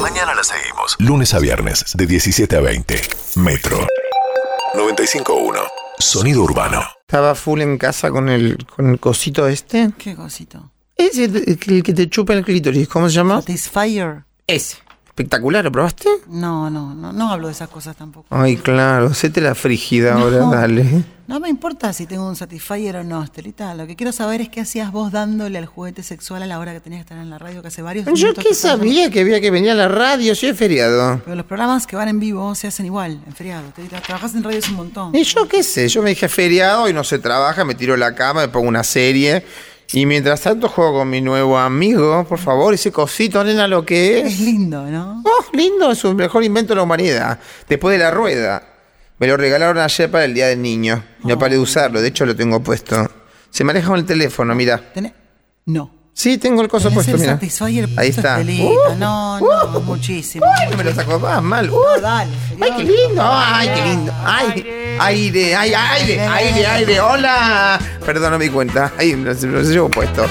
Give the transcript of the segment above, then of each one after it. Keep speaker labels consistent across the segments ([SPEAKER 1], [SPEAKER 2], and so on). [SPEAKER 1] Mañana la seguimos. Lunes a viernes, de 17 a 20. Metro. 95.1. Sonido urbano.
[SPEAKER 2] Estaba full en casa con el, con el cosito este.
[SPEAKER 3] ¿Qué cosito?
[SPEAKER 2] Ese, el que- el que te chupa el clítoris, ¿cómo se llama?
[SPEAKER 3] Satisfyer.
[SPEAKER 2] Ese. Espectacular, ¿lo probaste?
[SPEAKER 3] No, no, no, no hablo de esas cosas tampoco.
[SPEAKER 2] Ay, claro, hacete la frígida ahora,
[SPEAKER 3] No.
[SPEAKER 2] dale.
[SPEAKER 3] No me importa si tengo un Satisfyer o no, Estelita. Lo que quiero saber es qué hacías vos dándole al juguete sexual a la hora que tenías que estar en la radio, que hace varios
[SPEAKER 2] Yo
[SPEAKER 3] minutos que
[SPEAKER 2] qué
[SPEAKER 3] estás-
[SPEAKER 2] sabía que había que venir a la radio si es feriado.
[SPEAKER 3] Pero los programas que van en vivo se hacen igual, en feriado. Estelita, trabajás en radio es un montón.
[SPEAKER 2] Y yo qué sé, yo me dije feriado y no se trabaja, me tiro a la cama, me pongo una serie. Y mientras tanto juego con mi nuevo amigo, por favor, ese cosito, nena, lo que
[SPEAKER 3] Es
[SPEAKER 2] es.
[SPEAKER 3] lindo, ¿no?
[SPEAKER 2] Oh, lindo, es un mejor invento de la humanidad. Después de la rueda. Me lo regalaron ayer para el Día del Niño. No paré de usarlo, de hecho lo tengo puesto. Se maneja con el teléfono, mira.
[SPEAKER 3] ¿Tenés? No.
[SPEAKER 2] Sí, tengo el coso
[SPEAKER 3] Tenés
[SPEAKER 2] puesto,
[SPEAKER 3] el
[SPEAKER 2] mira.
[SPEAKER 3] Satisfyer puesto,
[SPEAKER 2] Ahí está.
[SPEAKER 3] Estelita.
[SPEAKER 2] Uh,
[SPEAKER 3] no, no,
[SPEAKER 2] uh,
[SPEAKER 3] muchísimo.
[SPEAKER 2] Uy, no me lo sacó más mal. Uy.
[SPEAKER 3] No, dale,
[SPEAKER 2] ¡Ay, qué lindo! ¡Ay, qué lindo! ¡Ay, aire, ay, aire, aire, aire! ¡Hola! Perdón, no me di cuenta. Ay, me lo, me lo llevo puesto.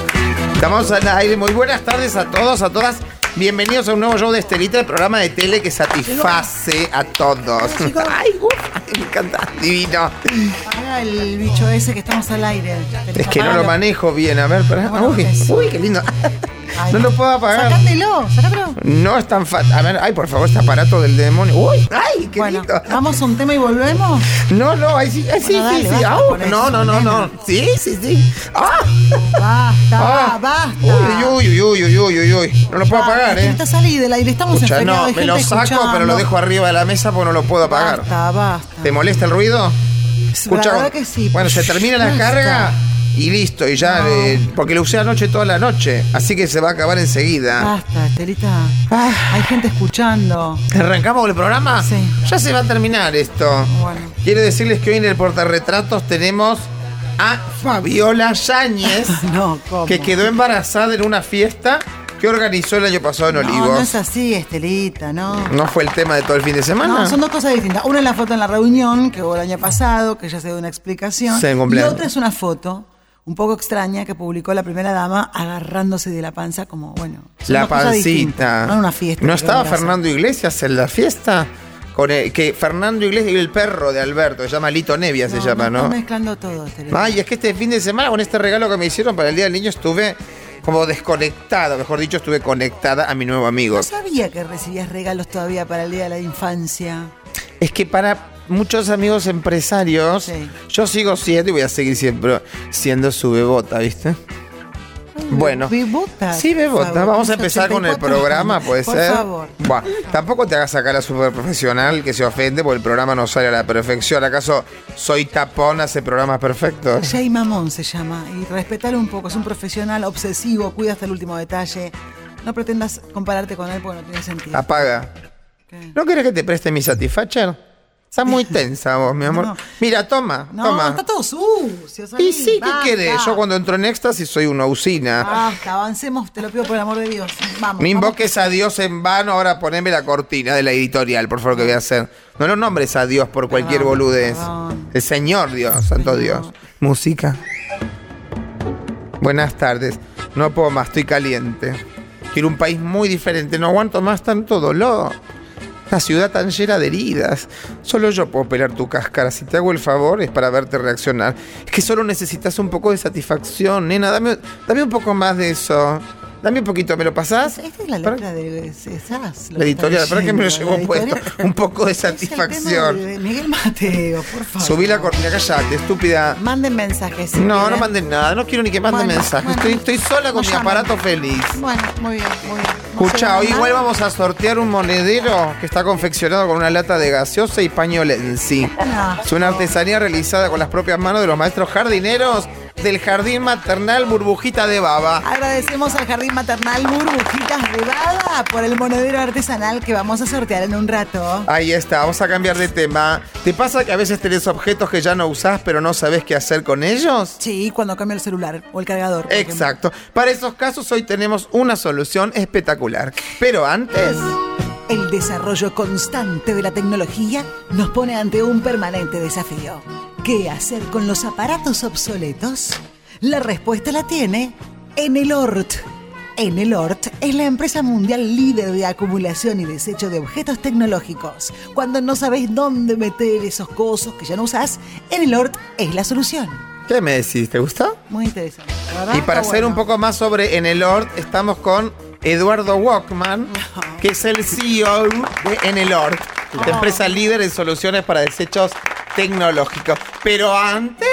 [SPEAKER 2] Estamos al aire. Muy buenas tardes a todos, a todas. Bienvenidos a un nuevo show de Estelita, el programa de tele que satisface a todos. ¡Ay, uf, me encanta! Divino.
[SPEAKER 3] Apaga el bicho ese que estamos al aire.
[SPEAKER 2] Es que no lo manejo bien. A ver, pará. Uy, uy, qué lindo. No lo puedo apagar.
[SPEAKER 3] Sacátelo, sacátelo.
[SPEAKER 2] No es tan fácil. A ver, ay, por favor, este aparato del demonio. ¡Uy! ¡Ay, qué
[SPEAKER 3] Bueno,
[SPEAKER 2] lindo!
[SPEAKER 3] vamos a un tema y volvemos.
[SPEAKER 2] No, no, ahí sí, ahí sí,
[SPEAKER 3] Bueno,
[SPEAKER 2] sí,
[SPEAKER 3] dale,
[SPEAKER 2] sí.
[SPEAKER 3] basta
[SPEAKER 2] Au,
[SPEAKER 3] con
[SPEAKER 2] no,
[SPEAKER 3] eso,
[SPEAKER 2] no, no, no.
[SPEAKER 3] nena.
[SPEAKER 2] Sí, sí, sí. ¡Ah!
[SPEAKER 3] Basta,
[SPEAKER 2] ah.
[SPEAKER 3] basta.
[SPEAKER 2] Uy, uy, uy, uy, uy, uy, uy. No lo puedo apagar, ¿eh?
[SPEAKER 3] Está salido del aire, estamos en
[SPEAKER 2] Escucha,
[SPEAKER 3] feriado,
[SPEAKER 2] no,
[SPEAKER 3] hay
[SPEAKER 2] me
[SPEAKER 3] gente
[SPEAKER 2] lo saco,
[SPEAKER 3] escuchando.
[SPEAKER 2] pero lo dejo arriba de la mesa porque no lo puedo apagar.
[SPEAKER 3] Basta, basta.
[SPEAKER 2] ¿Te molesta el ruido?
[SPEAKER 3] La verdad que sí.
[SPEAKER 2] Bueno, se termina la
[SPEAKER 3] Basta.
[SPEAKER 2] carga y listo, y ya. eh, porque lo usé anoche toda la noche, así que se va a acabar enseguida.
[SPEAKER 3] Basta, Estelita.
[SPEAKER 2] Ah.
[SPEAKER 3] Hay gente escuchando.
[SPEAKER 2] ¿Arrancamos con el programa?
[SPEAKER 3] Sí.
[SPEAKER 2] Ya se va a terminar esto.
[SPEAKER 3] Bueno.
[SPEAKER 2] Quiero decirles que hoy en el portarretratos tenemos a Fabiola Yáñez,
[SPEAKER 3] No, ¿cómo?
[SPEAKER 2] que quedó embarazada en una fiesta que organizó el año pasado en
[SPEAKER 3] No, no
[SPEAKER 2] Olivos.
[SPEAKER 3] es así, Estelita, no.
[SPEAKER 2] No, fue el tema de todo el fin de semana?
[SPEAKER 3] No, son dos cosas distintas. Una es la foto en la reunión que hubo el año pasado, que ya se dio una explicación.
[SPEAKER 2] Sí, en
[SPEAKER 3] y
[SPEAKER 2] cumpleaños.
[SPEAKER 3] otra es una foto un poco extraña que publicó la primera dama agarrándose de la panza como, bueno, son
[SPEAKER 2] La
[SPEAKER 3] dos cosas distintas.
[SPEAKER 2] pancita.
[SPEAKER 3] No era una fiesta.
[SPEAKER 2] ¿No
[SPEAKER 3] que
[SPEAKER 2] estaba
[SPEAKER 3] abraza.
[SPEAKER 2] Fernando Iglesias en la fiesta? Con el- que Fernando Iglesias y el perro de Alberto, se llama Lito Nevia, se llama, ¿no?
[SPEAKER 3] Están mezclando todo, Estelita.
[SPEAKER 2] Ay, es que este fin de semana con este regalo que me hicieron para el Día del Niño estuve como desconectada, mejor dicho, estuve conectada a mi nuevo amigo.
[SPEAKER 3] No sabía que recibías regalos todavía para el Día de la Infancia.
[SPEAKER 2] Es que para muchos amigos empresarios,
[SPEAKER 3] Sí.
[SPEAKER 2] yo sigo siendo y voy a seguir siempre siendo su bebota, ¿viste? Bueno.
[SPEAKER 3] Bebota.
[SPEAKER 2] Sí,
[SPEAKER 3] por
[SPEAKER 2] bebota.
[SPEAKER 3] favor.
[SPEAKER 2] Vamos a empezar con el
[SPEAKER 3] 84.
[SPEAKER 2] programa, puede
[SPEAKER 3] por
[SPEAKER 2] ser.
[SPEAKER 3] favor.
[SPEAKER 2] Buah, tampoco te hagas sacar a super profesional que se ofende porque el programa no sale a la perfección. ¿Acaso soy tapón, hace programas perfectos?
[SPEAKER 3] Jay Mamón se llama. Y respetar un poco. Es un profesional obsesivo, cuida hasta el último detalle. No pretendas compararte con él porque no tiene sentido.
[SPEAKER 2] Ah, Apaga.
[SPEAKER 3] ¿Qué?
[SPEAKER 2] ¿No querés que te preste mi Satisfacher? Está muy tensa vos, mi amor.
[SPEAKER 3] No.
[SPEAKER 2] Mira, toma,
[SPEAKER 3] No,
[SPEAKER 2] toma.
[SPEAKER 3] está todo sucio. salí,
[SPEAKER 2] Y sí, ¿qué
[SPEAKER 3] basta.
[SPEAKER 2] querés? Yo cuando entro en éxtasis soy una usina.
[SPEAKER 3] Basta, avancemos, te lo pido por el amor de Dios. Vamos.
[SPEAKER 2] No
[SPEAKER 3] vamos.
[SPEAKER 2] invoques a Dios en vano, ahora poneme la cortina de la editorial, por favor, que voy a hacer. No lo nombres a Dios por cualquier
[SPEAKER 3] Perdón,
[SPEAKER 2] boludez.
[SPEAKER 3] perdón.
[SPEAKER 2] El Señor Dios, Santo
[SPEAKER 3] Señor.
[SPEAKER 2] Dios. Música. Buenas tardes. No puedo más, estoy caliente. Quiero un país muy diferente, no aguanto más tanto dolor. Esta ciudad tan llena de heridas. Solo yo puedo operar tu cáscara. Si te hago el favor es para verte reaccionar. Es que solo necesitas un poco de satisfacción, nena. Dame, dame un poco más de eso. Dame un poquito, ¿me lo pasás?
[SPEAKER 3] Esta es la
[SPEAKER 2] Pará.
[SPEAKER 3] letra de César.
[SPEAKER 2] La editorial, ¿para que me lo llevo puesto? Un poco de
[SPEAKER 3] De,
[SPEAKER 2] satisfacción.
[SPEAKER 3] de Miguel Mateo, por favor.
[SPEAKER 2] Subí la cortina, callate, estúpida.
[SPEAKER 3] Manden mensajes. si
[SPEAKER 2] No, no
[SPEAKER 3] quieren.
[SPEAKER 2] manden nada, no quiero ni que manden
[SPEAKER 3] Bueno,
[SPEAKER 2] mensajes.
[SPEAKER 3] bueno.
[SPEAKER 2] Estoy, estoy sola con
[SPEAKER 3] No
[SPEAKER 2] mi
[SPEAKER 3] llamen.
[SPEAKER 2] aparato feliz.
[SPEAKER 3] Bueno, muy bien, muy bien. No
[SPEAKER 2] Escucha,
[SPEAKER 3] se
[SPEAKER 2] hoy
[SPEAKER 3] ven
[SPEAKER 2] igual
[SPEAKER 3] nada.
[SPEAKER 2] vamos a sortear un monedero que está confeccionado con una lata de gaseosa y paño sí.
[SPEAKER 3] Ah.
[SPEAKER 2] Es una artesanía realizada con las propias manos de los maestros jardineros del jardín maternal Burbujita de Baba.
[SPEAKER 3] Agradecemos al Jardín Maternal Burbujitas Rivada por el monedero artesanal que vamos a sortear en un rato.
[SPEAKER 2] Ahí está, vamos a cambiar de tema. ¿Te pasa que a veces tenés objetos que ya no usás pero no sabés qué hacer con ellos?
[SPEAKER 3] Sí, cuando cambio el celular o el cargador. por ejemplo.
[SPEAKER 2] Exacto. Para esos casos hoy tenemos una solución espectacular. Pero antes...
[SPEAKER 3] El desarrollo constante de la tecnología nos pone ante un permanente desafío. ¿Qué hacer con los aparatos obsoletos? La respuesta la tiene en el ORT. Enelort es la empresa mundial líder de acumulación y desecho de objetos tecnológicos. Cuando no sabés dónde meter esos cosos que ya no usás, Enelort es la solución.
[SPEAKER 2] ¿Qué me decís? ¿Te gusta?
[SPEAKER 3] Muy interesante. la ¿verdad?
[SPEAKER 2] Y para
[SPEAKER 3] Ah, Está
[SPEAKER 2] hacer un
[SPEAKER 3] bueno.
[SPEAKER 2] poco más sobre Enelord, estamos con Eduardo Walkman, que es el CEO de Enelord,
[SPEAKER 3] Oh.
[SPEAKER 2] la empresa líder en soluciones para desechos tecnológicos. Pero antes,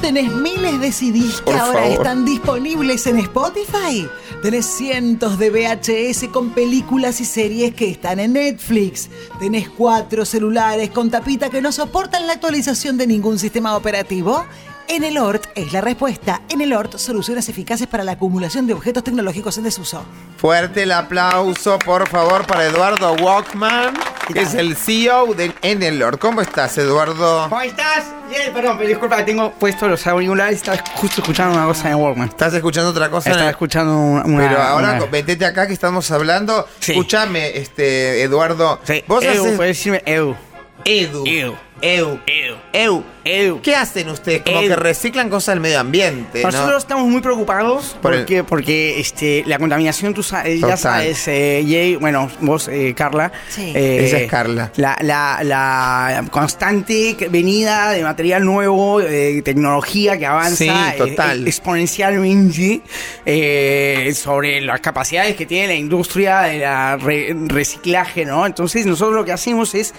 [SPEAKER 3] Tenés miles de CDs que
[SPEAKER 2] Por
[SPEAKER 3] ahora
[SPEAKER 2] favor.
[SPEAKER 3] están disponibles en Spotify. Tenés cientos de VHS con películas y series que están en Netflix. Tenés cuatro celulares con tapita que no soportan la actualización de ningún sistema operativo. En el ORT es la respuesta. En el ORT, soluciones eficaces para la acumulación de objetos tecnológicos en desuso.
[SPEAKER 2] fuerte el aplauso, por favor, para Eduardo Walkman, que es el CEO de Enelord. ¿Cómo estás, Eduardo?
[SPEAKER 4] ¿Cómo estás? Bien, perdón, pero disculpa que tengo puesto los auriculares. Estaba justo escuchando una cosa en Walkman.
[SPEAKER 2] ¿Estás escuchando otra cosa? en
[SPEAKER 4] Estaba
[SPEAKER 2] el-
[SPEAKER 4] escuchando una. una-
[SPEAKER 2] Pero ahora
[SPEAKER 4] una-
[SPEAKER 2] co- metete acá que estamos hablando.
[SPEAKER 4] Sí.
[SPEAKER 2] Escúchame, este, Eduardo.
[SPEAKER 4] Sí,
[SPEAKER 2] Vos
[SPEAKER 4] Eu,
[SPEAKER 2] haces-
[SPEAKER 4] puedes decirme Eu.
[SPEAKER 2] Edu.
[SPEAKER 4] Eu.
[SPEAKER 2] Eu.
[SPEAKER 4] Eu.
[SPEAKER 2] Eu.
[SPEAKER 4] Eu.
[SPEAKER 2] ¿Qué hacen ustedes? Como
[SPEAKER 4] Edu.
[SPEAKER 2] que reciclan cosas del medio ambiente, ¿no?
[SPEAKER 4] Nosotros estamos muy preocupados
[SPEAKER 2] Por el-
[SPEAKER 4] porque, porque este, la contaminación, tú sa- eh,
[SPEAKER 2] Total.
[SPEAKER 4] ya sabes, eh, Jay, bueno, vos, eh, Carla.
[SPEAKER 3] Sí.
[SPEAKER 4] eh,
[SPEAKER 2] Ella es Carla.
[SPEAKER 4] La, la- la constante que- venida de material nuevo, de tecnología que avanza
[SPEAKER 2] Sí,
[SPEAKER 4] eh,
[SPEAKER 2] total.
[SPEAKER 4] eh, exponencialmente eh, sobre las capacidades que tiene la industria de la re- reciclaje, ¿no? Entonces, nosotros lo que hacemos es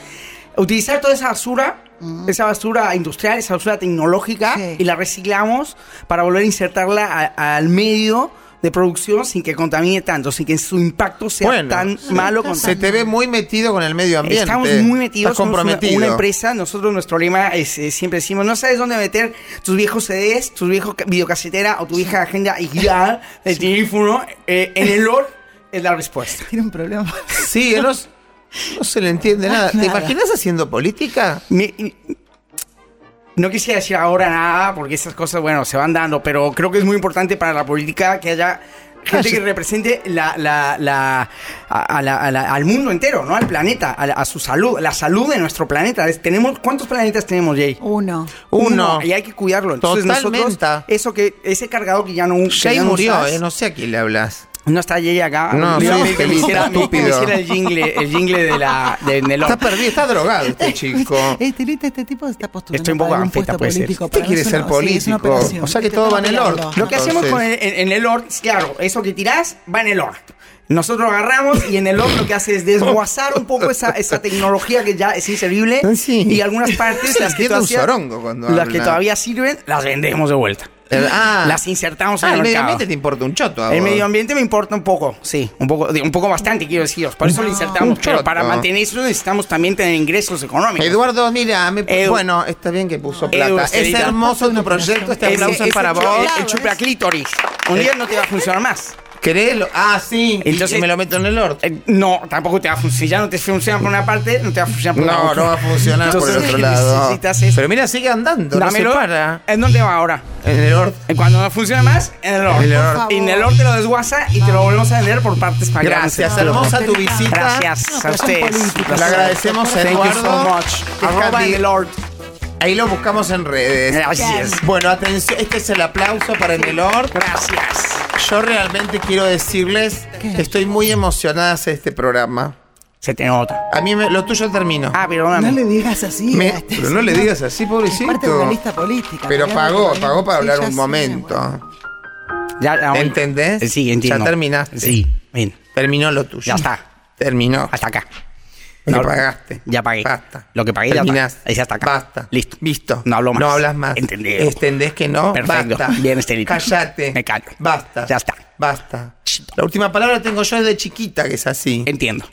[SPEAKER 4] utilizar toda esa basura. Esa basura industrial, esa basura tecnológica,
[SPEAKER 3] Sí.
[SPEAKER 4] y la reciclamos para volver a insertarla a- al medio de producción sin que contamine tanto, sin que su impacto sea
[SPEAKER 2] Bueno,
[SPEAKER 4] tan
[SPEAKER 2] sí,
[SPEAKER 4] malo.
[SPEAKER 3] está
[SPEAKER 4] con-
[SPEAKER 2] Se te ve muy metido con el medio ambiente.
[SPEAKER 4] Estamos muy metidos.
[SPEAKER 2] Estás
[SPEAKER 4] somos una-
[SPEAKER 2] comprometido.
[SPEAKER 4] Una, empresa, nosotros nuestro lema es, eh, siempre decimos, no sabes dónde meter tus viejos CDs, tus viejos ca- videocasetera o tu vieja agenda digital de teléfono eh, en el Lord es la respuesta.
[SPEAKER 3] Tiene un problema.
[SPEAKER 2] Sí, no, s- no se le entiende
[SPEAKER 4] Ah,
[SPEAKER 2] nada. ¿Te
[SPEAKER 3] Nada.
[SPEAKER 2] imaginas haciendo política?
[SPEAKER 4] Me- y- no quisiera decir ahora nada porque esas cosas, bueno, se van dando, pero creo que es muy importante para la política que haya gente
[SPEAKER 2] sí.
[SPEAKER 4] que represente la, la- la- a- a la- a la- al mundo entero, ¿no? Al planeta, a, la- a su salud, la salud de nuestro planeta. Es- Tenemos, ¿Cuántos planetas tenemos, Jay?
[SPEAKER 3] Uno.
[SPEAKER 2] Uno.
[SPEAKER 4] y hay que cuidarlo. Entonces nosotros,
[SPEAKER 2] Totalmente.
[SPEAKER 4] eso que, ese cargador que ya no que
[SPEAKER 2] Jay
[SPEAKER 4] ya no
[SPEAKER 2] murió,
[SPEAKER 4] usas,
[SPEAKER 2] eh, no sé a quién le hablas.
[SPEAKER 4] no está Jay acá.
[SPEAKER 2] No,
[SPEAKER 4] Me
[SPEAKER 2] soy
[SPEAKER 4] pedí que me
[SPEAKER 2] feliz,
[SPEAKER 4] hiciera, me pedí que me
[SPEAKER 2] estúpido.
[SPEAKER 4] hiciera el jingle, el jingle de la, de, del
[SPEAKER 2] Está perdido, está drogado este chico.
[SPEAKER 3] Este, este, este tipo está postulando
[SPEAKER 4] Estoy un poco
[SPEAKER 3] para algún puesto
[SPEAKER 4] anfeta, puede ser.
[SPEAKER 3] político.
[SPEAKER 2] Este
[SPEAKER 3] para
[SPEAKER 2] quiere ser
[SPEAKER 3] nosotros. Sí, es una
[SPEAKER 2] político.
[SPEAKER 3] operación.
[SPEAKER 2] O sea que
[SPEAKER 3] Te
[SPEAKER 2] todo va
[SPEAKER 3] estamos
[SPEAKER 2] en el
[SPEAKER 3] peleando.
[SPEAKER 2] orto.
[SPEAKER 4] Lo que hacemos
[SPEAKER 2] Entonces-
[SPEAKER 4] con el- en, en el Lord, claro, eso que tirás va en el Lord. Nosotros agarramos y en el Lord lo que hace es desguazar un poco esa, esa tecnología que ya es inservible
[SPEAKER 2] Ah, Sí.
[SPEAKER 4] y algunas partes las que,
[SPEAKER 2] Entiendo un
[SPEAKER 4] todavía,
[SPEAKER 2] zorongo cuando
[SPEAKER 4] las
[SPEAKER 2] habla.
[SPEAKER 4] que todavía sirven las vendemos de vuelta.
[SPEAKER 2] Eh, ah.
[SPEAKER 4] las insertamos en
[SPEAKER 2] Ah,
[SPEAKER 4] el,
[SPEAKER 2] el medio
[SPEAKER 4] mercado.
[SPEAKER 2] ambiente te importa un choto a
[SPEAKER 4] El
[SPEAKER 2] vos.
[SPEAKER 4] medio ambiente me importa un poco, sí, un poco, de- un poco bastante quiero deciros, por eso lo
[SPEAKER 2] Un
[SPEAKER 4] insertamos, pero
[SPEAKER 2] choto.
[SPEAKER 4] para mantener eso necesitamos también tener ingresos económicos.
[SPEAKER 2] Eduardo, mira, me-
[SPEAKER 4] Edu.
[SPEAKER 2] bueno, está bien que puso plata.
[SPEAKER 4] Edu,
[SPEAKER 2] es
[SPEAKER 4] Cerita.
[SPEAKER 2] hermoso tu proyecto, este
[SPEAKER 4] Ese-
[SPEAKER 2] aplauso es
[SPEAKER 4] ese
[SPEAKER 2] para
[SPEAKER 4] chu-
[SPEAKER 2] vos.
[SPEAKER 4] El, el chuplaclítoris. Un día no te va a funcionar más.
[SPEAKER 2] Créelo. Ah, sí. y-
[SPEAKER 4] Entonces-
[SPEAKER 2] y me lo meto en el orto.
[SPEAKER 4] Eh, no, tampoco te va a funcionar. Si ya no te funciona por una parte, no te va a funcionar por la
[SPEAKER 2] No,
[SPEAKER 4] otra.
[SPEAKER 2] no va a funcionar
[SPEAKER 4] Entonces,
[SPEAKER 2] por el otro lado.
[SPEAKER 4] necesitas es-
[SPEAKER 2] Pero mira, sigue andando,
[SPEAKER 4] Dámelo.
[SPEAKER 2] no se para.
[SPEAKER 4] ¿En dónde va ahora?
[SPEAKER 2] En el orto.
[SPEAKER 4] Eh, Cuando no funciona más, en el
[SPEAKER 2] En el
[SPEAKER 4] orden.
[SPEAKER 2] orto.
[SPEAKER 4] Y en el orden te lo desguasa y te lo volvemos a vender por partes más grandes.
[SPEAKER 2] Gracias, hermosa tu visita.
[SPEAKER 4] Ah, Gracias a
[SPEAKER 3] pero son
[SPEAKER 4] ustedes.
[SPEAKER 3] políticos.
[SPEAKER 2] Le agradecemos a
[SPEAKER 4] Thank you
[SPEAKER 2] Eduardo.
[SPEAKER 4] so much.
[SPEAKER 2] que
[SPEAKER 4] Arroba
[SPEAKER 2] Candy-
[SPEAKER 4] en el orden.
[SPEAKER 2] Ahí lo buscamos en redes.
[SPEAKER 4] Gracias.
[SPEAKER 2] Bueno, atención, este es el aplauso para el orto.
[SPEAKER 4] Gracias.
[SPEAKER 2] Yo realmente quiero decirles que estoy muy emocionada de este programa.
[SPEAKER 4] Se te nota.
[SPEAKER 2] A mí me- lo tuyo termino.
[SPEAKER 4] Ah, pero
[SPEAKER 3] No
[SPEAKER 4] dame.
[SPEAKER 3] le digas así.
[SPEAKER 2] Me-
[SPEAKER 3] a este
[SPEAKER 2] pero no le
[SPEAKER 3] señor.
[SPEAKER 2] digas así,
[SPEAKER 3] Es parte de
[SPEAKER 2] pobrecito.
[SPEAKER 3] una lista política.
[SPEAKER 2] Pero
[SPEAKER 3] Todavía no
[SPEAKER 2] pagó,
[SPEAKER 3] lo
[SPEAKER 2] pagó para
[SPEAKER 3] sí,
[SPEAKER 2] hablar
[SPEAKER 3] ya
[SPEAKER 2] un
[SPEAKER 3] sé, bueno.
[SPEAKER 2] momento.
[SPEAKER 4] Ya, ya voy.
[SPEAKER 2] ¿Entendés?
[SPEAKER 4] Eh, Sí, entiendo.
[SPEAKER 2] Ya terminaste.
[SPEAKER 4] Sí, bien.
[SPEAKER 2] Terminó lo tuyo.
[SPEAKER 4] Ya está.
[SPEAKER 2] Terminó.
[SPEAKER 4] Hasta acá.
[SPEAKER 2] Lo
[SPEAKER 4] No,
[SPEAKER 2] pagaste.
[SPEAKER 4] Ya pagué.
[SPEAKER 2] Basta.
[SPEAKER 4] Lo que pagué ya
[SPEAKER 2] Terminás.
[SPEAKER 4] está. Es hasta acá.
[SPEAKER 2] Basta.
[SPEAKER 4] Listo.
[SPEAKER 2] Visto.
[SPEAKER 4] No hablo más.
[SPEAKER 2] No hablas más.
[SPEAKER 4] Entendido.
[SPEAKER 2] Entendés que no.
[SPEAKER 4] Perfecto.
[SPEAKER 2] Basta.
[SPEAKER 4] Bien, Estelita.
[SPEAKER 2] Cállate.
[SPEAKER 4] Me callo.
[SPEAKER 2] Basta.
[SPEAKER 4] Ya está.
[SPEAKER 2] Basta. La última palabra la tengo yo desde chiquita que es así.
[SPEAKER 4] Entiendo.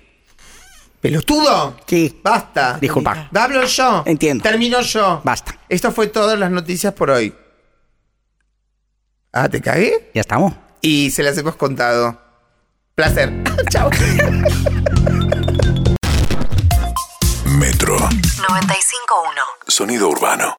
[SPEAKER 2] ¿Pelotudo?
[SPEAKER 4] Sí.
[SPEAKER 2] Basta.
[SPEAKER 4] Disculpa.
[SPEAKER 2] Hablo yo.
[SPEAKER 4] Entiendo.
[SPEAKER 2] Termino yo.
[SPEAKER 4] Basta.
[SPEAKER 2] Esto fue todas las noticias por hoy. Ah, ¿te cagué?
[SPEAKER 4] Ya estamos.
[SPEAKER 2] Y se las hemos contado. Placer. Chao.
[SPEAKER 1] Metro.
[SPEAKER 5] 951.
[SPEAKER 1] Sonido urbano.